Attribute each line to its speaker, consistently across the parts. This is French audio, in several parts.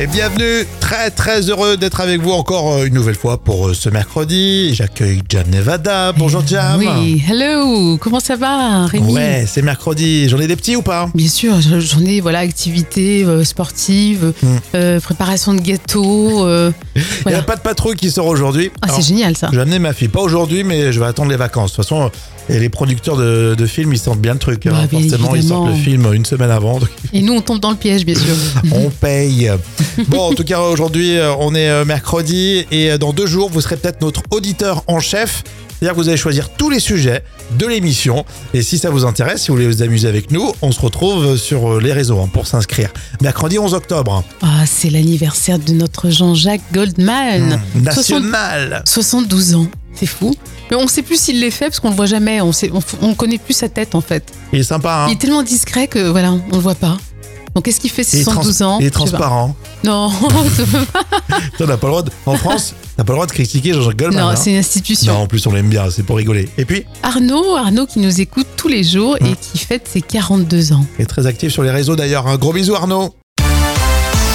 Speaker 1: Et bienvenue, très très heureux d'être avec vous encore euh, une nouvelle fois pour euh, ce mercredi. J'accueille Jam Nevada. Bonjour Jam.
Speaker 2: Oui, hello, comment ça va, Rémi
Speaker 1: Ouais, c'est mercredi. J'en ai des petits ou pas hein
Speaker 2: Bien sûr, j- journée, voilà, activité euh, sportive,
Speaker 1: Mm.
Speaker 2: euh, préparation de gâteaux. euh,
Speaker 1: Il n'y a
Speaker 2: voilà.
Speaker 1: pas de patrouille qui sort aujourd'hui.
Speaker 2: Ah,
Speaker 1: Alors,
Speaker 2: c'est génial ça.
Speaker 1: J'ai amené ma fille. Pas aujourd'hui, mais je vais attendre les vacances. De toute façon, euh, et les producteurs de, de films, ils sentent bien le truc. hein.
Speaker 2: Bah, bien
Speaker 1: Forcément, ils sortent
Speaker 2: évidemment.
Speaker 1: le film une semaine avant. donc
Speaker 2: Et nous, on tombe dans le piège, bien sûr.
Speaker 1: on paye. Bon, en tout cas, aujourd'hui, euh, on est euh, mercredi et euh, dans deux jours, vous serez peut-être notre auditeur en chef. C'est-à-dire que vous allez choisir tous les sujets de l'émission. Et si ça vous intéresse, si vous voulez vous amuser avec nous, on se retrouve sur euh, les réseaux hein, pour s'inscrire. Mercredi 11 octobre,
Speaker 2: Ah, c'est l'anniversaire de notre Jean-Jacques Goldman.
Speaker 1: Mmh, national.
Speaker 2: 72 ans, c'est fou. Mais on sait plus s'il les fait parce qu'on le voit jamais. On, sait, on, on connaît plus sa tête en fait.
Speaker 1: Il est sympa,
Speaker 2: Il
Speaker 1: hein
Speaker 2: est tellement discret que voilà, on le voit pas. Donc qu'est-ce qu'il fait
Speaker 1: Il est, trans-
Speaker 2: 72 ans
Speaker 1: il est
Speaker 2: Je sais pas.
Speaker 1: transparent.
Speaker 2: Non,
Speaker 1: Ça, on n'a pas le droit de- En France, t'as pas le droit de critiquer Jean-Jacques Goldman.
Speaker 2: non
Speaker 1: hein.
Speaker 2: c'est une institution.
Speaker 1: Non, en plus, on l'aime bien, c'est pour rigoler. Et puis,
Speaker 2: Arnaud, Arnaud qui nous écoute tous les jours et qui fête ses 42 ans.
Speaker 1: est très actif sur les réseaux d'ailleurs. Un gros bisou Arnaud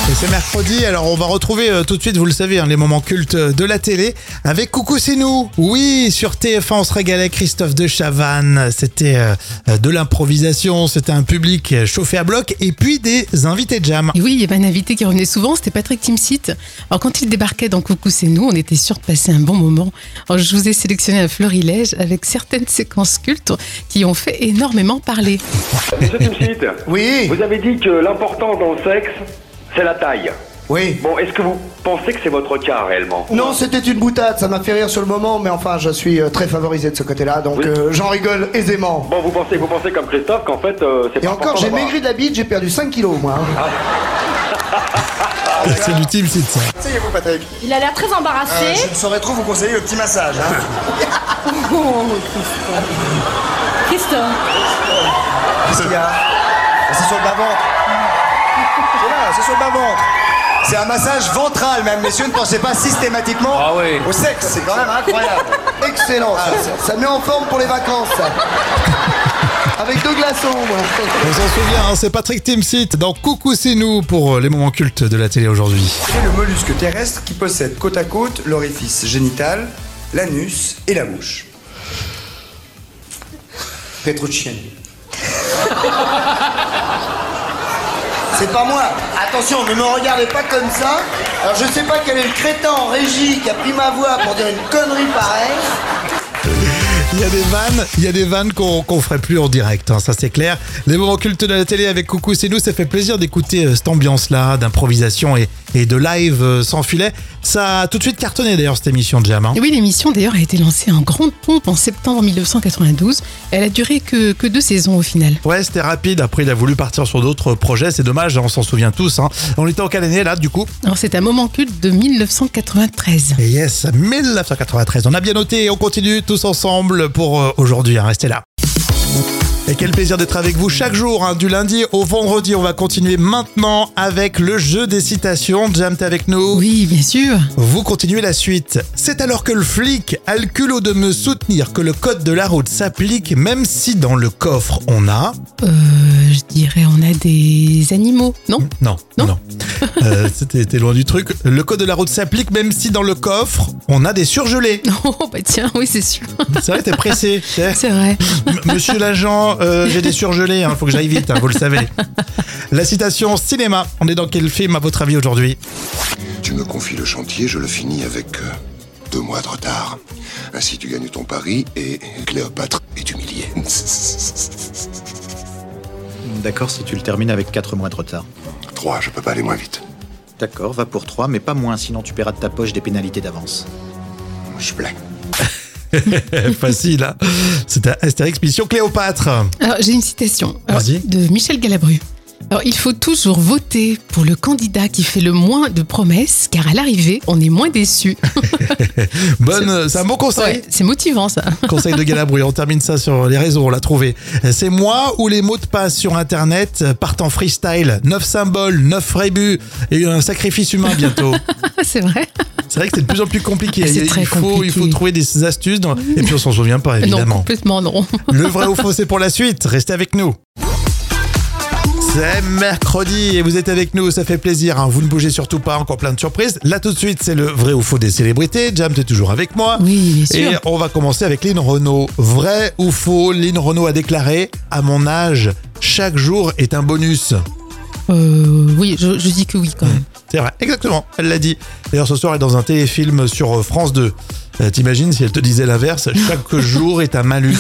Speaker 1: et c'est mercredi, alors on va retrouver euh, tout de suite, vous le savez, hein, les moments cultes euh, de la télé avec Coucou c'est nous. Oui, sur TF1 on se régalait Christophe de Chavannes, c'était euh, euh, de l'improvisation, c'était un public euh, chauffé à bloc et puis des invités de jam.
Speaker 2: Et oui, il y avait un invité qui revenait souvent, c'était Patrick Timsit. Alors quand il débarquait dans Coucou c'est nous, on était sûr de passer un bon moment. Alors, je vous ai sélectionné un florilège avec certaines séquences cultes qui ont fait énormément parler.
Speaker 3: Monsieur Timsit,
Speaker 4: Oui,
Speaker 3: vous avez dit que l'important dans le sexe, c'est la taille.
Speaker 4: oui.
Speaker 3: Bon, est-ce que vous pensez que c'est votre cas réellement
Speaker 4: Non, c'était une boutade, ça m'a fait rire sur le moment, mais enfin, je suis euh, très favorisé de ce côté-là, donc
Speaker 3: Oui.
Speaker 4: euh, j'en rigole aisément.
Speaker 3: Bon, vous pensez, vous pensez comme Christophe qu'en fait, euh, c'est
Speaker 4: Et
Speaker 3: pas
Speaker 4: encore,
Speaker 3: important
Speaker 4: j'ai
Speaker 3: d'avoir-
Speaker 4: maigri de la bite, j'ai perdu 5 kilos, moi. hein.
Speaker 1: Ah, C'est du team site ça.
Speaker 5: Asseyez-vous, Patrick.
Speaker 6: Il a l'air très embarrassé.
Speaker 5: Euh, je ne saurais trop vous conseiller le petit massage. Hein.
Speaker 6: Christophe.
Speaker 5: Qu'est-ce qu'il y a Ah, C'est sur le bas-ventre. C'est là, c'est sur le bas-ventre. C'est un massage ventral, même. Messieurs, ne pensez pas systématiquement au sexe. C'est quand même
Speaker 3: Ah,
Speaker 5: incroyable.
Speaker 4: Excellent, ça, ça met en forme pour les vacances, ça. Avec deux glaçons, moi.
Speaker 1: On s'en souvient, hein, c'est Patrick Timsit dans Coucou c'est nous pour euh, les moments cultes de la télé aujourd'hui.
Speaker 5: C'est le mollusque terrestre qui possède côte à côte l'orifice génital, l'anus et la bouche.
Speaker 4: Petrucciani.
Speaker 5: C'est pas moi.
Speaker 4: Attention, ne me regardez pas comme ça. Alors, je sais pas quel est le crétin en régie qui a pris ma voix pour dire une connerie pareille.
Speaker 1: Il y a des vannes, il y a des vannes qu'on qu'on ferait plus en direct, hein, ça c'est clair. Les moments cultes de la télé avec Coucou c'est nous, ça fait plaisir d'écouter euh, cette ambiance-là, d'improvisation et, et de live euh, sans filet. Ça a tout de suite cartonné d'ailleurs cette émission de Jam. hein.
Speaker 2: Et oui, l'émission d'ailleurs a été lancée en grande pompe en septembre 1992. Elle a duré que, que deux saisons au final.
Speaker 1: Ouais, c'était rapide. Après, il a voulu partir sur d'autres projets. C'est dommage, hein, on s'en souvient tous. hein. On était en quelle année, là, du coup
Speaker 2: Alors c'est un moment culte de 1993.
Speaker 1: Et yes, 1993. On a bien noté et on continue tous ensemble pour euh, aujourd'hui. hein. restez là. Et quel plaisir d'être avec vous chaque jour, hein, du lundi au vendredi. On va continuer maintenant avec le jeu des citations. Jam, t'es avec nous
Speaker 2: Oui, bien sûr.
Speaker 1: Vous continuez la suite. C'est alors que le flic a le culot de me soutenir que le code de la route s'applique même si dans le coffre on a...
Speaker 2: Euh, je dirais on a des animaux, non
Speaker 1: Non, non.
Speaker 2: Non
Speaker 1: Euh, C'était c'était loin du truc. Le code de la route s'applique même si dans le coffre on a des surgelés.
Speaker 2: Oh bah tiens, oui c'est sûr,
Speaker 1: C'est vrai, t'es pressé. t'es-
Speaker 2: c'est vrai.
Speaker 1: M- Monsieur l'agent, euh, j'ai des surgelés, il faut que j'aille vite, hein, vous le savez. La citation cinéma, on est dans quel film à votre avis aujourd'hui
Speaker 7: Tu me confies le chantier, je le finis avec euh, deux mois de retard. Ainsi, tu gagnes ton pari et Cléopâtre est humiliée.
Speaker 8: D'accord si tu le termines avec 4 mois de retard.
Speaker 7: Trois, je peux pas aller moins vite.
Speaker 8: D'accord, va pour 3, mais pas moins, sinon tu paieras de ta poche des pénalités d'avance.
Speaker 7: Je blague.
Speaker 1: Eh, Facile, hein c'est un Astérix Mission Cléopâtre.
Speaker 2: Alors j'ai une citation Alors,
Speaker 1: Vas-y.
Speaker 2: de Michel Galabru. Alors il faut toujours voter pour le candidat qui fait le moins de promesses, car à l'arrivée on est moins déçu.
Speaker 1: Bonne, euh, c'est un bon conseil.
Speaker 2: Ouais, c'est motivant ça.
Speaker 1: Conseil de Galabru, on termine ça sur les réseaux, on l'a trouvé. C'est moi ou les mots de passe sur internet partent en freestyle. Neuf symboles, neuf rébus et un sacrifice humain bientôt.
Speaker 2: c'est vrai.
Speaker 1: C'est vrai que c'est de plus en plus compliqué.
Speaker 2: Ah, c'est
Speaker 1: il,
Speaker 2: très
Speaker 1: il faut, il faut
Speaker 2: compliqué.
Speaker 1: trouver des astuces dans- et puis on s'en souvient pas
Speaker 2: Non
Speaker 1: évidemment.
Speaker 2: complètement non.
Speaker 1: Le vrai ou faux, c'est pour la suite. Restez avec nous. C'est mercredi et vous êtes avec nous, ça fait plaisir. hein. Vous ne bougez surtout pas, encore plein de surprises. Là tout de suite, c'est le vrai ou faux des célébrités. Jam, t'es toujours avec moi.
Speaker 2: Oui, bien sûr.
Speaker 1: Et on va commencer avec Lynn Renault. Vrai ou faux, Lynn Renault a déclaré À mon âge, chaque jour est un bonus.
Speaker 2: Euh, oui, je, je dis que oui
Speaker 1: Mm.
Speaker 2: quand même.
Speaker 1: C'est vrai, exactement, elle l'a dit. D'ailleurs, ce soir, elle est dans un téléfilm sur euh, France 2. Euh, T'imagines si elle te disait l'inverse Chaque jour est un malus.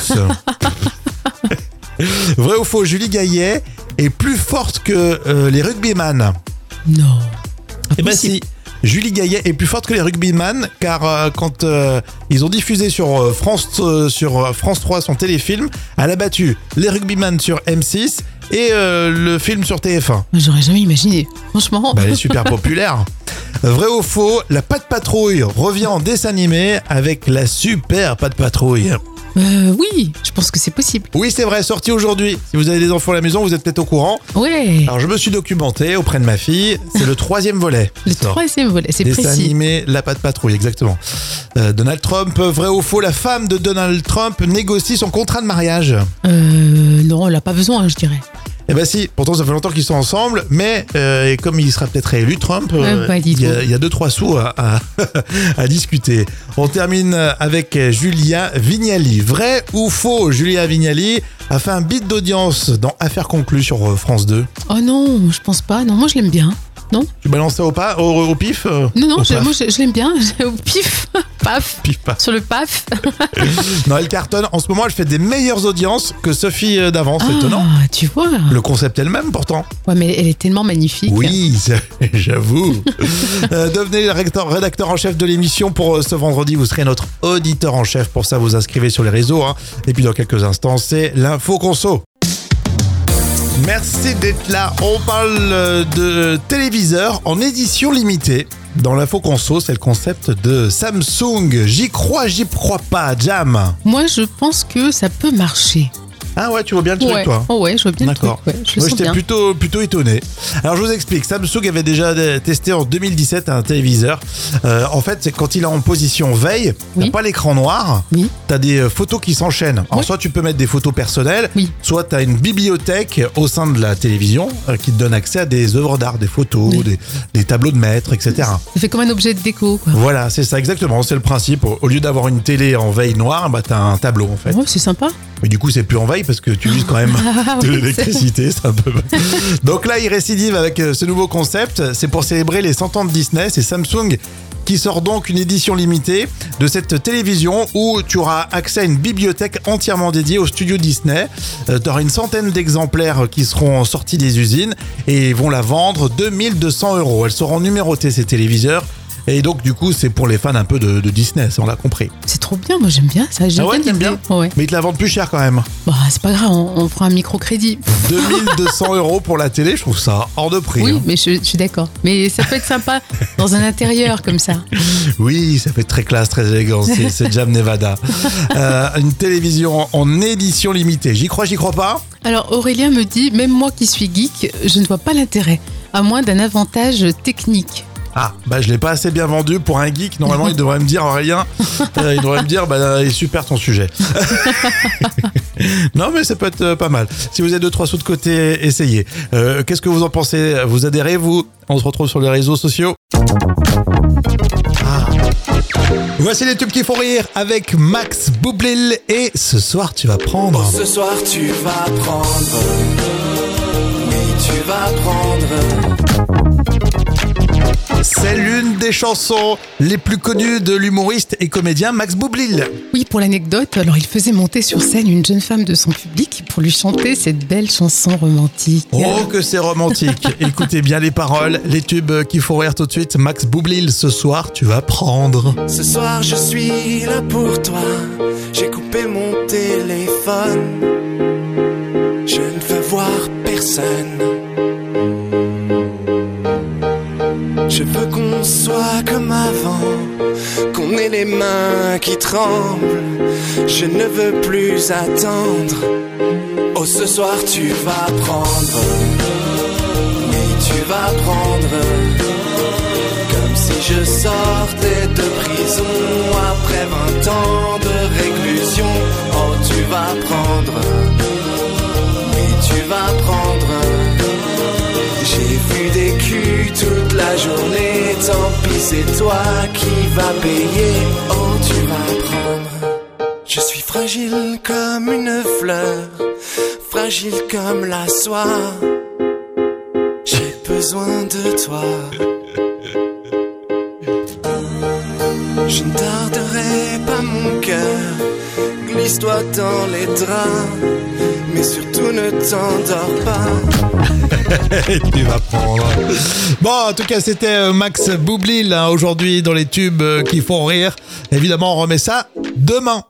Speaker 1: vrai ou faux, Julie Gaillet est plus forte que euh, les rugbyman.
Speaker 2: Non.
Speaker 1: Eh ben
Speaker 2: Impossible.
Speaker 1: si, Julie Gaillet est plus forte que les rugbyman car euh, quand euh, ils ont diffusé sur euh, France euh, sur euh, France 3 son téléfilm, elle a battu les rugbyman sur M6 et euh, le film sur TF1.
Speaker 2: J'aurais jamais imaginé. Franchement.
Speaker 1: Bah, elle est super populaire. Vrai ou faux, la patte patrouille revient en dessin animé avec la super patte patrouille.
Speaker 2: Euh, oui, je pense que c'est possible.
Speaker 1: Oui, c'est vrai, sorti aujourd'hui. Si vous avez des enfants à la maison, vous êtes peut-être au courant.
Speaker 2: Ouais.
Speaker 1: Alors, je me suis documenté auprès de ma fille. C'est le troisième volet.
Speaker 2: Le
Speaker 1: qui sort.
Speaker 2: troisième volet, c'est
Speaker 1: Dessin
Speaker 2: précis.
Speaker 1: animé, la patte patrouille, exactement. Euh, Donald Trump, vrai ou faux, la femme de Donald Trump négocie son contrat de mariage.
Speaker 2: Euh, non, on l'a pas besoin, hein, je dirais.
Speaker 1: Eh ben si, pourtant ça fait longtemps qu'ils sont ensemble, mais euh, et comme il sera peut-être réélu, Trump, euh,
Speaker 2: Ouais, bah, dis
Speaker 1: il y, a-
Speaker 2: donc.
Speaker 1: il y a deux trois sous à, à- à discuter. On termine avec Julia Vignali. Vrai ou faux, Julia Vignali a fait un beat d'audience dans Affaires conclues sur euh, France 2.
Speaker 2: Oh non, je pense pas. Non, moi je l'aime bien. Non
Speaker 1: Tu balances ça au, pas, au, au pif euh,
Speaker 2: Non,
Speaker 1: au
Speaker 2: non, je,
Speaker 1: paf
Speaker 2: moi je, je l'aime bien. Au pif, paf,
Speaker 1: Pif pas.
Speaker 2: sur le paf.
Speaker 1: Non, elle cartonne. En ce moment, elle fait des meilleures audiences que Sophie euh, d'avant. C'est étonnant.
Speaker 2: Ah, tu vois.
Speaker 1: Le concept est le même pourtant.
Speaker 2: Ouais, mais elle est tellement magnifique.
Speaker 1: Oui, c'est- j'avoue. Euh, devenez le recteur- rédacteur en chef de l'émission pour euh, ce vendredi. Vous serez notre auditeur en chef. Pour ça, vous inscrivez sur les réseaux. hein. Et puis, dans quelques instants, c'est l'info conso. Merci d'être là. On parle euh, de téléviseur en édition limitée. Dans l'info conso, c'est le concept de Samsung. J'y crois, j'y crois pas. Jam.
Speaker 2: Moi, je pense que ça peut marcher.
Speaker 1: Ah ouais, tu vois bien le truc,
Speaker 2: ouais.
Speaker 1: toi.
Speaker 2: Oh ouais, je vois bien le
Speaker 1: D'accord.
Speaker 2: truc. Ouais, je le
Speaker 1: Moi,
Speaker 2: sens
Speaker 1: j'étais
Speaker 2: bien.
Speaker 1: plutôt, plutôt étonné. Alors, je vous explique. Samsung avait déjà euh, testé en 2017 un téléviseur. Euh, en fait, c'est quand il est en position veille,
Speaker 2: Oui.
Speaker 1: t'as pas l'écran noir,
Speaker 2: Oui.
Speaker 1: t'as des euh, photos qui s'enchaînent. Alors,
Speaker 2: Oui.
Speaker 1: soit tu peux mettre des photos personnelles,
Speaker 2: Oui.
Speaker 1: soit t'as une bibliothèque au sein de la télévision euh, qui te donne accès à des œuvres d'art, des photos,
Speaker 2: Oui.
Speaker 1: des, des tableaux de maîtres, etc.
Speaker 2: Ça fait comme un objet de déco, quoi.
Speaker 1: Voilà, c'est ça exactement. C'est le principe. Au au lieu d'avoir une télé en veille noire, bah, t'as un tableau, en fait.
Speaker 2: Ouais, c'est sympa.
Speaker 1: Mais du coup, c'est plus en veille parce que tu uses quand même
Speaker 2: Ah
Speaker 1: de
Speaker 2: oui,
Speaker 1: l'électricité, c'est un peu. Donc là, il récidive avec euh, ce nouveau concept. C'est pour célébrer les 100 ans de Disney. C'est Samsung qui sort donc une édition limitée de cette télévision où tu auras accès à une bibliothèque entièrement dédiée au studio Disney. Euh, tu auras une centaine d'exemplaires qui seront sortis des usines et vont la vendre 2200 euros. Elles seront numérotées, ces téléviseurs. Et donc, du coup, c'est pour les fans un peu de, de Disney, ça on l'a compris.
Speaker 2: C'est trop bien, moi j'aime bien ça. J'aime
Speaker 1: Ah ouais,
Speaker 2: bien
Speaker 1: t'aimes
Speaker 2: l'idée. Ouais.
Speaker 1: Mais ils te la vendent plus cher quand même.
Speaker 2: Bah, c'est pas grave, on, on prend un microcrédit.
Speaker 1: 2200 euros pour la télé, je trouve ça hors de prix.
Speaker 2: Oui,
Speaker 1: hein.
Speaker 2: mais je, je suis d'accord. Mais ça peut être sympa dans un intérieur comme ça.
Speaker 1: Oui, ça fait très classe, très élégant. C'est c'est Jam Nevada. Euh, une télévision en édition limitée. J'y crois, j'y crois pas.
Speaker 2: Alors Aurélien me dit, même moi qui suis geek, je ne vois pas l'intérêt, à moins d'un avantage technique.
Speaker 1: Ah, bah je l'ai pas assez bien vendu pour un geek. Normalement, il devrait me dire Aurélien. euh, il devrait me dire, bah il est super ton sujet. non, mais ça peut être euh, pas mal. Si vous avez deux trois sous de côté, essayez. Euh, Qu'est-ce que vous en pensez Vous adhérez vous On se retrouve sur les réseaux sociaux. Ah. Voici les tubes qui font rire avec Max Boublil et ce soir tu vas prendre.
Speaker 9: Ce soir tu vas prendre. Oui, tu vas prendre.
Speaker 1: C'est l'une des chansons les plus connues de l'humoriste et comédien Max Boublil.
Speaker 2: Oui, pour l'anecdote, alors il faisait monter sur scène une jeune femme de son public pour lui chanter cette belle chanson romantique.
Speaker 1: Oh que c'est romantique Écoutez bien les paroles, les tubes qui font rire tout de suite. Max Boublil, ce soir tu vas prendre.
Speaker 9: Ce soir je suis là pour toi. J'ai coupé mon téléphone. Je ne veux voir personne. Je veux qu'on soit comme avant, qu'on ait les mains qui tremblent. Je ne veux plus attendre. Oh, ce soir tu vas prendre. Oui, tu vas prendre. Comme si je sortais de prison après 20 ans de réclusion. Oh, tu vas prendre. Oui, tu vas prendre. c'est toi qui vas payer. Oh, tu vas prendre. Je suis fragile comme une fleur, fragile comme la soie. J'ai besoin de toi. Je ne tarderai pas mon cœur, glisse-toi dans les draps, mais surtout ne t'endors pas.
Speaker 1: tu vas prendre. Bon, en tout cas, c'était euh, Max Boublil hein, aujourd'hui dans les tubes euh, qui font rire. Évidemment, on remet ça demain.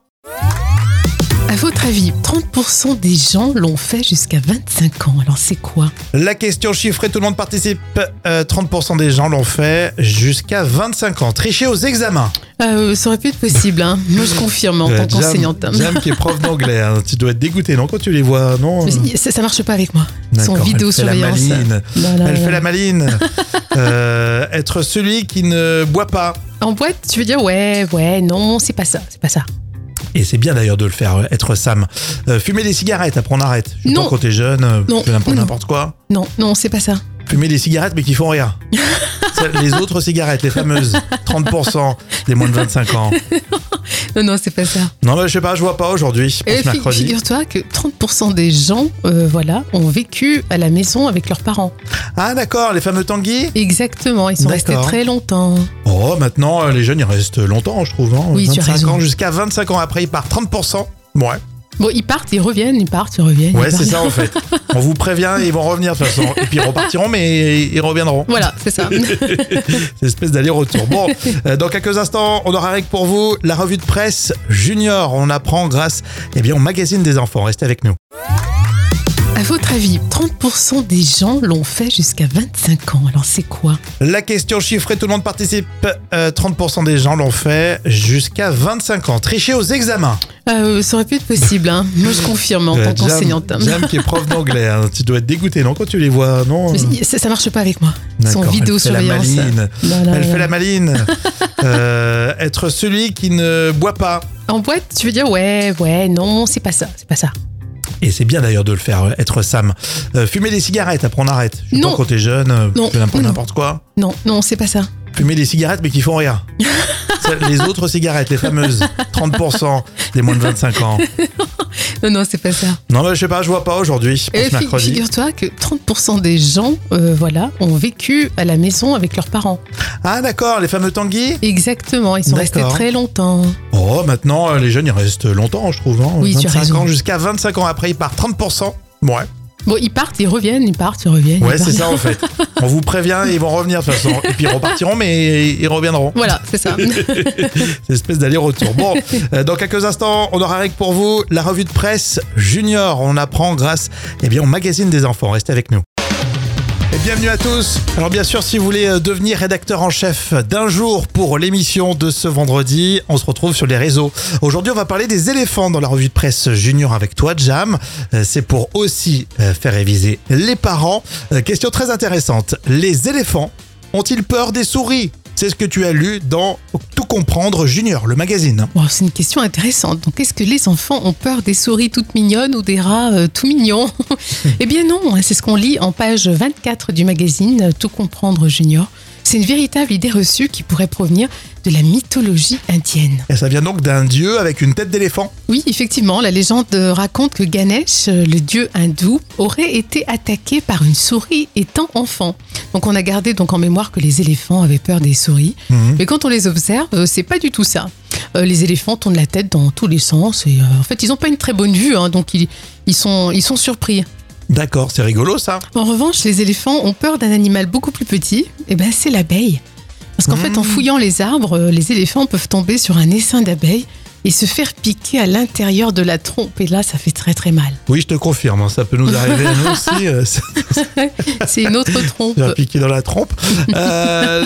Speaker 2: À votre avis, 30% des gens l'ont fait jusqu'à 25 ans. Alors c'est quoi
Speaker 1: La question chiffrée, tout le monde participe. Euh, 30% des gens l'ont fait jusqu'à 25 ans. Tricher aux examens.
Speaker 2: Euh, Ça aurait pu être possible. Hein. Moi, je confirme en tant
Speaker 1: Euh, Jam-
Speaker 2: qu'enseignante. hein.
Speaker 1: Jam qui est prof d'anglais, hein. tu dois être dégoûté, non Quand tu les vois, non
Speaker 2: Mais Ça, ça marche pas avec moi. Son
Speaker 1: D'accord, elle
Speaker 2: vidéo surveillance.
Speaker 1: fait la maline.
Speaker 2: Voilà.
Speaker 1: Elle fait la maline. Euh, être celui qui ne boit pas.
Speaker 2: En boîte, tu veux dire ouais, ouais, non, c'est pas ça, c'est pas ça.
Speaker 1: Et c'est bien d'ailleurs de le faire, euh, être Sam. Euh, fumer des cigarettes, après on arrête. Je sais
Speaker 2: Non.
Speaker 1: pas, Quand t'es jeune, euh,
Speaker 2: Non.
Speaker 1: tu fais n'importe
Speaker 2: Non.
Speaker 1: n'importe quoi.
Speaker 2: Non, non, c'est pas ça.
Speaker 1: Fumer des cigarettes mais qui font rien. C'est les autres cigarettes, les fameuses, 30% des moins de 25 ans.
Speaker 2: Non, non, c'est pas ça.
Speaker 1: Non, mais je sais pas, je vois pas aujourd'hui. Je
Speaker 2: Et
Speaker 1: pense
Speaker 2: fi-
Speaker 1: mercredi.
Speaker 2: figure-toi que 30% des gens, euh, voilà, ont vécu à la maison avec leurs parents.
Speaker 1: Ah d'accord, les fameux tanguis.
Speaker 2: Exactement, ils sont restés
Speaker 1: D'accord.
Speaker 2: très longtemps.
Speaker 1: Oh, maintenant, euh, les jeunes, ils restent longtemps, je trouve. hein.
Speaker 2: Oui, tu as
Speaker 1: 25
Speaker 2: raison.
Speaker 1: ans, jusqu'à 25 ans après, ils partent 30%. Ouais,
Speaker 2: Bon, ils partent, ils reviennent, ils partent, ils reviennent.
Speaker 1: ouais
Speaker 2: ils
Speaker 1: c'est
Speaker 2: partent.
Speaker 1: ça en fait. On vous prévient, ils vont revenir de toute façon. Et puis ils repartiront, mais ils reviendront.
Speaker 2: Voilà, c'est ça.
Speaker 1: Cette espèce d'aller-retour. Bon, euh, dans quelques instants, on aura avec pour vous la revue de presse junior. On apprend grâce eh bien, au magazine des enfants. Restez avec nous.
Speaker 2: à votre avis, 30% des gens l'ont fait jusqu'à 25 ans. Alors c'est quoi
Speaker 1: La question chiffrée, tout le monde participe. Euh, 30% des gens l'ont fait jusqu'à 25 ans. Tricher aux examens.
Speaker 2: Euh, Ça aurait pu être possible. Hein. Moi, je confirme en
Speaker 1: Euh,
Speaker 2: tant
Speaker 1: Jam-
Speaker 2: qu'enseignante.
Speaker 1: Jam qui est prof d'anglais, hein. tu dois être dégoûté, non Quand tu les vois, non euh,
Speaker 2: Mais Ça, ça marche pas avec moi. Son
Speaker 1: d'accord,
Speaker 2: vidéo
Speaker 1: elle fait la
Speaker 2: surveillance. Ah,
Speaker 1: maline.
Speaker 2: Voilà,
Speaker 1: Elle fait
Speaker 2: voilà.
Speaker 1: la maline. Euh, être celui qui ne boit pas.
Speaker 2: En boîte, tu veux dire ouais, ouais, non, c'est pas ça, c'est pas ça.
Speaker 1: Et c'est bien d'ailleurs de le faire, euh, être Sam. Euh, fumer des cigarettes, après on arrête. Je sais
Speaker 2: Non.
Speaker 1: pas, quand t'es jeune, euh,
Speaker 2: Non.
Speaker 1: tu fais n'importe-
Speaker 2: Non.
Speaker 1: n'importe quoi.
Speaker 2: Non, non, c'est pas ça.
Speaker 1: Fumer des cigarettes mais qui font rien. C'est les autres cigarettes, les fameuses, 30% des moins de 25 ans.
Speaker 2: Non, non, c'est pas ça.
Speaker 1: Non mais je sais pas, je vois pas aujourd'hui, je pense
Speaker 2: Et fi-
Speaker 1: mercredi.
Speaker 2: figure-toi que 30% des gens, euh, voilà, ont vécu à la maison avec leurs parents.
Speaker 1: Ah d'accord, les fameux tanguis
Speaker 2: Exactement, ils sont restés
Speaker 1: D'accord.
Speaker 2: très longtemps.
Speaker 1: Oh maintenant, euh, les jeunes ils restent longtemps je trouve. Hein,
Speaker 2: Oui, tu as
Speaker 1: 25
Speaker 2: raison.
Speaker 1: ans, jusqu'à 25 ans après ils partent 30%. Ouais,
Speaker 2: Bon, ils partent, ils reviennent, ils partent, ils reviennent. ils
Speaker 1: ouais c'est
Speaker 2: partent.
Speaker 1: ça en fait. On vous prévient, ils vont revenir de toute façon. Et puis ils repartiront mais ils reviendront.
Speaker 2: Voilà, c'est ça.
Speaker 1: Cette espèce d'aller-retour. Bon, euh, dans quelques instants, on aura avec pour vous la revue de presse junior. On apprend grâce eh bien, au magazine des enfants. Restez avec nous. Et bienvenue à tous. Alors bien sûr, si vous voulez euh, devenir rédacteur en chef d'un jour pour l'émission de ce vendredi, on se retrouve sur les réseaux. Aujourd'hui, on va parler des éléphants dans la revue de presse junior avec toi, Jam. Euh, C'est pour aussi euh, faire réviser les parents. Euh, Question très intéressante. Les éléphants ont-ils peur des souris C'est ce que tu as lu dans Tout comprendre Junior, le magazine.
Speaker 2: Bon, c'est une question intéressante. Donc, est-ce que les enfants ont peur des souris toutes mignonnes ou des rats euh, tout mignons Eh bien non, hein, c'est ce qu'on lit en page 24 du magazine euh, Tout comprendre junior. C'est une véritable idée reçue qui pourrait provenir de la mythologie indienne.
Speaker 1: Et ça vient donc d'un dieu avec une tête d'éléphant.
Speaker 2: Oui, effectivement, la légende euh, raconte que Ganesh, euh, le dieu hindou, aurait été attaqué par une souris étant enfant. Donc on a gardé donc en mémoire que les éléphants avaient peur des souris,
Speaker 1: Mhm.
Speaker 2: mais quand on les observe, euh, c'est pas du tout ça. Euh, les éléphants tournent la tête dans tous les sens et euh, en fait, ils n'ont pas une très bonne vue, hein, donc ils, ils sont, ils sont surpris.
Speaker 1: D'accord, c'est rigolo ça.
Speaker 2: En revanche, les éléphants ont peur d'un animal beaucoup plus petit, et ben c'est l'abeille. Parce qu'en fait, en fouillant les arbres, euh, les éléphants peuvent tomber sur un essaim d'abeilles et se faire piquer à l'intérieur de la trompe. Et là, ça fait très très mal.
Speaker 1: Oui, je te confirme, hein, ça peut nous arriver à nous aussi. euh, ça-
Speaker 2: C'est une autre trompe.
Speaker 1: J'ai un piqué dans la trompe. Euh,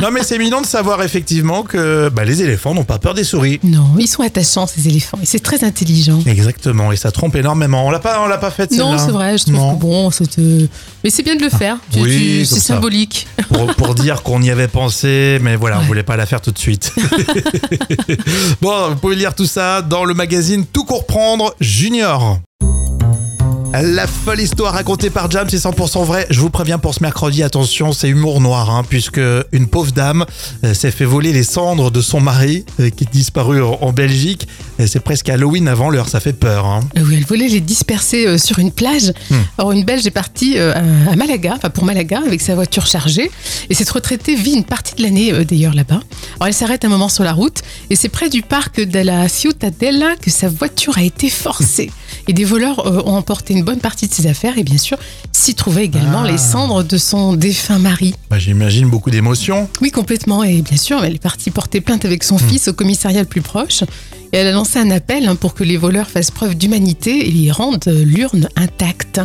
Speaker 1: non, mais c'est mignon de savoir effectivement que bah, les éléphants n'ont pas peur des souris.
Speaker 2: Non, ils sont attachants, ces éléphants. Et c'est très intelligent.
Speaker 1: Exactement, et ça trompe énormément. On l'a pas, on l'a pas fait.
Speaker 2: Non,
Speaker 1: celle-là.
Speaker 2: c'est vrai, je trouve
Speaker 1: Non.
Speaker 2: que bon, c'est, euh, mais c'est bien de le faire. Tu-
Speaker 1: oui,
Speaker 2: tu-
Speaker 1: comme
Speaker 2: c'est
Speaker 1: ça.
Speaker 2: symbolique.
Speaker 1: Pour, pour dire qu'on y avait pensé, mais voilà, on
Speaker 2: Ouais.
Speaker 1: voulait pas la faire tout de suite. bon, vous pouvez lire tout ça dans le magazine Tout court prendre Junior. La folle histoire racontée par Jam, c'est 100% vrai. Je vous préviens pour ce mercredi, attention, c'est humour noir, hein, puisque une pauvre dame euh, s'est fait voler les cendres de son mari, euh, qui est disparu en, en Belgique. Et C'est presque Halloween avant l'heure, ça fait peur. hein.
Speaker 2: Euh, Oui, elle voulait les disperser euh, sur une plage. Or, une Belge est partie euh, à à Malaga, enfin pour Malaga, avec sa voiture chargée. Et cette retraitée vit une partie de l'année euh, d'ailleurs là-bas. Alors, elle s'arrête un moment sur la route et c'est près du parc de la Ciutadella que sa voiture a été forcée. Et des voleurs euh, ont emporté une bonne partie de ses affaires et bien sûr s'y trouvaient également les cendres de son défunt mari.
Speaker 1: Bah, J'imagine beaucoup d'émotions.
Speaker 2: Oui, complètement. Et bien sûr, elle est partie porter plainte avec son fils au commissariat le plus proche. Et elle a lancé un appel hein, pour que les voleurs fassent preuve d'humanité et y rendent euh, l'urne intacte.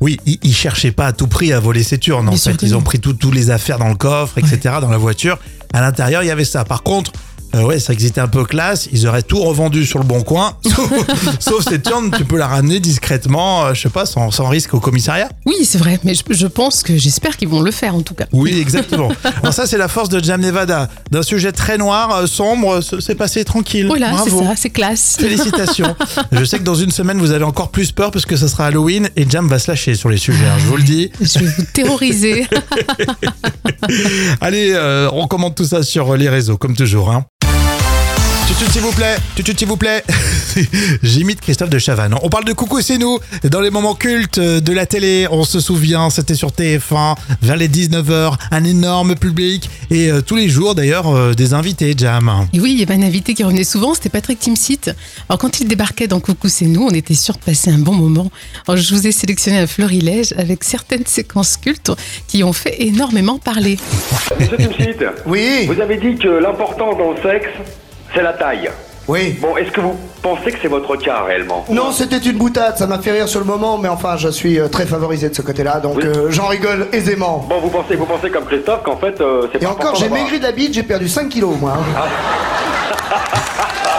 Speaker 1: Oui, ils, ils cherchaient pas à tout prix à voler cette urne. En
Speaker 2: Bien sûr
Speaker 1: fait,
Speaker 2: que
Speaker 1: ils ont
Speaker 2: non.
Speaker 1: pris toutes les affaires dans le coffre, etc., dans la voiture. À l'intérieur, il y avait ça. Par contre, euh, ouais, ça existait un peu classe. Ils auraient tout revendu sur le bon coin. Sauf, sauf cette urne, tu peux la ramener discrètement, euh, je sais pas, sans, sans risque au commissariat.
Speaker 2: Oui, c'est vrai, mais je, je pense que j'espère qu'ils vont le faire en tout cas.
Speaker 1: Oui, exactement. Alors ça, c'est la force de Jam Nevada. D'un sujet très noir, euh, sombre, c- c'est passé tranquille.
Speaker 2: Voilà, Oh c'est
Speaker 1: Bravo.
Speaker 2: ça, c'est classe.
Speaker 1: Félicitations. Je sais que dans une semaine, vous avez encore plus peur parce que ça sera Halloween et Jam va se lâcher sur les sujets. hein, je vous le dis.
Speaker 2: Je vais vous terroriser.
Speaker 1: Allez, euh, on commente tout ça sur les réseaux, comme toujours. Hein. Tutut, s'il vous plaît, tutut, s'il vous plaît. J'imite Christophe de Chavannes. On parle de Coucou, c'est nous. Dans les moments cultes de la télé, on se souvient, c'était sur TF1, vers les 19h, un énorme public. Et euh, tous les jours, d'ailleurs, euh, des invités, Jam.
Speaker 2: Et oui, il y avait un invité qui revenait souvent, c'était Patrick Timsit. Alors quand il débarquait dans Coucou c'est nous, on était sûr de passer un bon moment. Alors, je vous ai sélectionné un florilège avec certaines séquences cultes qui ont fait énormément parler.
Speaker 3: Monsieur Timsit,
Speaker 5: Oui.
Speaker 3: vous avez dit que l'important dans le sexe, c'est la taille.
Speaker 5: Oui.
Speaker 3: Bon, est-ce que vous pensez que c'est votre cas réellement
Speaker 4: Non, c'était une boutade, ça m'a fait rire sur le moment, mais enfin, je suis euh, très favorisé de ce côté-là, donc
Speaker 3: Oui.
Speaker 4: euh, j'en rigole aisément.
Speaker 3: Bon, vous pensez, vous pensez comme Christophe qu'en fait, euh, c'est
Speaker 4: Et
Speaker 3: pas
Speaker 4: encore,
Speaker 3: important
Speaker 4: j'ai
Speaker 3: d'avoir-
Speaker 4: maigri de la bite, j'ai perdu 5 kilos, moi.
Speaker 5: Ah,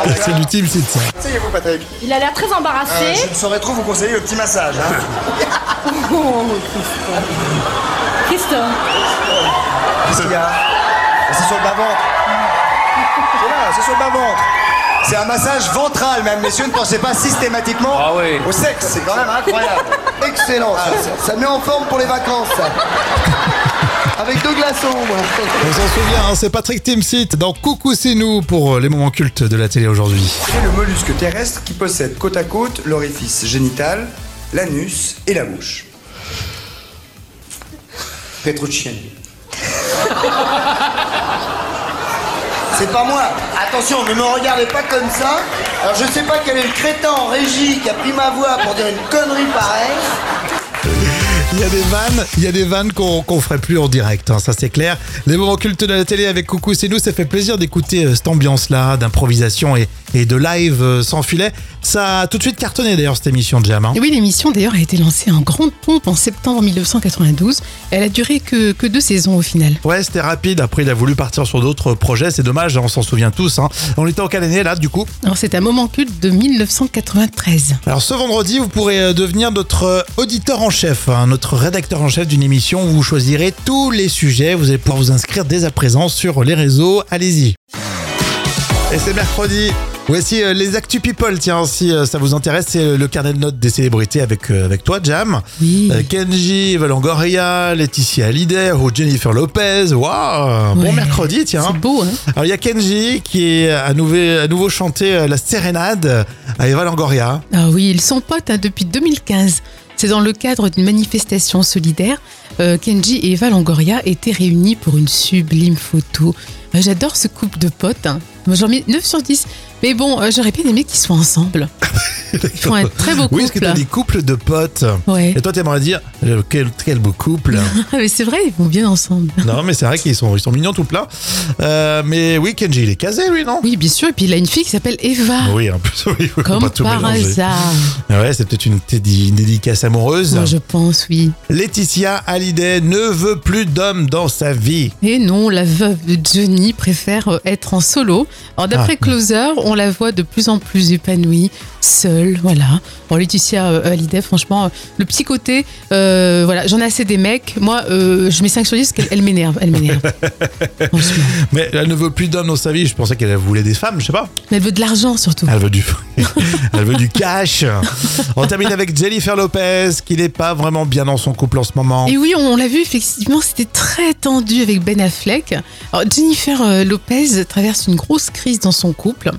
Speaker 4: hein.
Speaker 1: c'est du team, c'est ça.
Speaker 5: Asseyez-vous, Patrick.
Speaker 6: Il a l'air très
Speaker 5: Euh,
Speaker 9: Ah,
Speaker 6: embarrassé.
Speaker 5: je ne saurais trop vous conseiller le petit massage. hein.
Speaker 6: Oh, Christophe. Christophe.
Speaker 5: Qu'est-ce qu'il y a Ah, C'est sur le bas-ventre. C'est là, c'est sur le bas-ventre. C'est un massage ventral, même, messieurs. Ne pensez pas systématiquement au sexe. C'est quand même incroyable. Ah,
Speaker 4: Excellent, ça, ça- ça met en forme pour les vacances, ça. Avec deux glaçons, moi.
Speaker 1: On s'en souvient, hein, c'est Patrick Timsit dans Coucou, c'est nous pour euh, les moments cultes de la télé aujourd'hui.
Speaker 5: Quel est le mollusque terrestre qui possède côte à côte l'orifice génital, l'anus et la bouche
Speaker 4: Petrucciani.
Speaker 5: C'est pas moi.
Speaker 4: Attention, ne me regardez pas comme ça. Alors, je sais pas quel est le crétin en régie qui a pris ma voix pour dire une connerie pareille.
Speaker 1: Il y a des vannes, il y a des vannes qu'on qu'on ferait plus en direct, hein, ça c'est clair. Les moments cultes de la télé avec Coucou c'est nous, ça fait plaisir d'écouter euh, cette ambiance-là, d'improvisation et, et de live euh, sans filet. Ça a tout de suite cartonné d'ailleurs cette émission de Jam. hein.
Speaker 2: Et oui, l'émission d'ailleurs a été lancée en grande pompe en septembre 1992. Elle a duré que, que deux saisons au final.
Speaker 1: Ouais, c'était rapide. Après, il a voulu partir sur d'autres projets. C'est dommage, on s'en souvient tous. hein. On était en quelle année là, du coup
Speaker 2: Alors c'est un moment culte de 1993.
Speaker 1: Alors, ce vendredi, vous pourrez euh, devenir notre euh, auditeur en chef, hein, notre rédacteur en chef d'une émission. où Vous choisirez tous les sujets. Vous allez pouvoir vous inscrire dès à présent sur les réseaux. Allez-y. Et c'est mercredi. Voici euh, les Actu People. Tiens, si euh, ça vous intéresse, c'est euh, le carnet de notes des célébrités avec, euh, avec toi, Jam.
Speaker 2: Oui.
Speaker 1: Euh, Kenji, Valangoria, Laetitia Hallyday ou Jennifer Lopez. Waouh! Bon
Speaker 2: Ouais.
Speaker 1: mercredi, tiens.
Speaker 2: C'est beau, hein
Speaker 1: Alors, il y a Kenji qui est euh, à nouveau, à nouveau chanté euh, la sérénade euh, à Eva Langoria.
Speaker 2: Ah oui, ils sont potes hein, depuis 2015. C'est dans le cadre d'une manifestation solidaire. euh, Kenji et Eva Longoria étaient réunis pour une sublime photo. Euh, J'adore ce couple de potes. hein. Moi, j'en mets 9 sur 10. Mais bon, euh, j'aurais bien aimé qu'ils soient ensemble. Ils font un très beau
Speaker 1: Oui,
Speaker 2: couple. hein.
Speaker 1: parce que t'as des couples de potes.
Speaker 2: Ouais.
Speaker 1: Et toi, t'aimerais dire euh, quel, quel beau couple.
Speaker 2: Mais c'est vrai, ils vont bien ensemble.
Speaker 1: non, mais c'est vrai qu'ils sont, ils sont mignons tout plein. Euh, mais oui, Kenji, il est casé, lui, non
Speaker 2: Oui, bien sûr. Et puis il a une fille qui s'appelle Eva.
Speaker 1: Ah Oui, en plus, oui, faut
Speaker 2: Ah. Comme
Speaker 1: pas tout
Speaker 2: par
Speaker 1: mélanger.
Speaker 2: hasard.
Speaker 1: Ouais, c'est peut-être une, tédi- une dédicace amoureuse.
Speaker 2: Moi, je pense, oui.
Speaker 1: Laetitia Hallyday ne veut plus d'hommes dans sa vie. Ah,
Speaker 2: Et non, la veuve de Johnny préfère euh, être en solo. Alors d'après Closer, on on la voit de plus en plus épanouie, seule, voilà. Bon, Laetitia euh, Hallyday, franchement, euh, le petit côté, euh, voilà, j'en ai assez des mecs. Moi, euh, je mets 5 sur 10 parce qu'elle elle m'énerve, elle m'énerve. Franchement.
Speaker 1: Mais elle ne veut plus d'hommes dans sa vie. Je pensais qu'elle voulait des femmes, je sais pas.
Speaker 2: Mais elle veut de l'argent surtout.
Speaker 1: Elle veut du, elle veut du cash. On termine avec Jennifer Lopez, qui n'est pas vraiment bien dans son couple en ce moment.
Speaker 2: Et oui, on l'a vu, effectivement, c'était très tendu avec Ben Affleck. Alors, Jennifer euh, Lopez traverse une grosse crise dans son couple.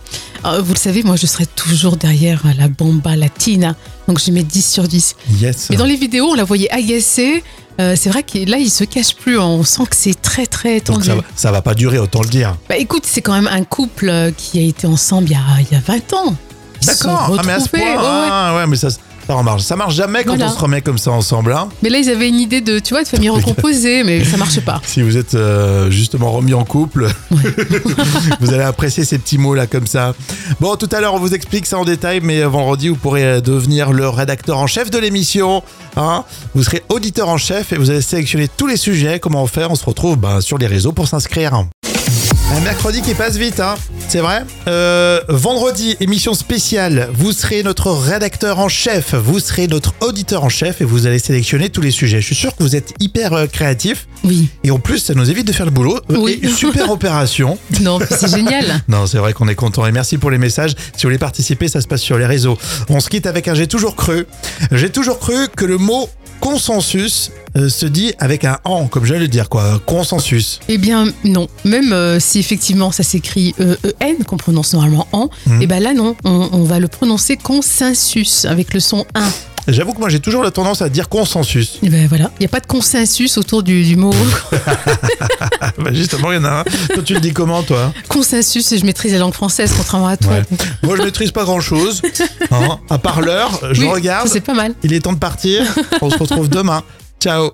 Speaker 2: Alors, vous le savez, moi, je serai toujours derrière la bomba latina. Donc, je mets 10 sur 10.
Speaker 1: Yes.
Speaker 2: Mais dans les vidéos, on la voyait agacée. Euh, c'est vrai que là, il se cache plus. hein. On sent que c'est très, très
Speaker 1: Donc
Speaker 2: tendu.
Speaker 1: ça, va- ça va pas durer, autant le dire.
Speaker 2: Bah, écoute, c'est quand même un couple euh, qui a été ensemble il y a, il y a 20 ans. Ils se sont
Speaker 1: Ah, mais à ce point,
Speaker 2: retrouvés. Ouais, ouais.
Speaker 1: ah, ouais, mais ça, ça en marche. Ça marche jamais quand
Speaker 2: Voilà.
Speaker 1: on se remet comme ça ensemble. hein.
Speaker 2: Mais là, ils avaient une idée de, tu vois, de famille recomposée, mais ça marche pas.
Speaker 1: Si vous êtes euh, justement remis en couple, vous allez apprécier ces petits mots là comme ça. Bon, tout à l'heure on vous explique ça en détail, mais vendredi vous pourrez euh, devenir le rédacteur en chef de l'émission. hein. vous serez auditeur en chef et vous allez sélectionner tous les sujets. Comment faire On se retrouve ben, sur les réseaux pour s'inscrire. Un mercredi qui passe vite, hein. c'est vrai. Euh, vendredi, émission spéciale. Vous serez notre rédacteur en chef, vous serez notre auditeur en chef et vous allez sélectionner tous les sujets. Je suis sûr que vous êtes hyper euh, créatif.
Speaker 2: Oui.
Speaker 1: Et en plus, ça nous évite de faire le boulot. Euh,
Speaker 2: Oui.
Speaker 1: et super opération.
Speaker 2: Non, mais c'est génial.
Speaker 1: Non, c'est vrai qu'on est content et merci pour les messages. Si vous voulez participer, ça se passe sur les réseaux. On se quitte avec un j'ai toujours cru. J'ai toujours cru que le mot consensus euh, se dit avec un en, comme j'allais le dire quoi. Euh, Consensus.
Speaker 2: Eh bien, non. Même euh, si effectivement ça s'écrit euh, EN, qu'on prononce normalement en,
Speaker 1: Hmm.
Speaker 2: eh ben là, non. On, on va le prononcer consensus avec le son 1.
Speaker 1: J'avoue que moi j'ai toujours la tendance à dire consensus.
Speaker 2: Eh ben voilà. Il n'y a pas de consensus autour du, du mot
Speaker 1: Ah, bah justement, il y en a un. Toi, tu le dis comment, toi
Speaker 2: consensus. Je maîtrise la langue française, contrairement à toi.
Speaker 1: Ouais. Moi, je maîtrise pas grand chose. à part l'heure, je
Speaker 2: Oui,
Speaker 1: regarde.
Speaker 2: C'est pas mal.
Speaker 1: Il est temps de partir. On se retrouve demain. Ciao.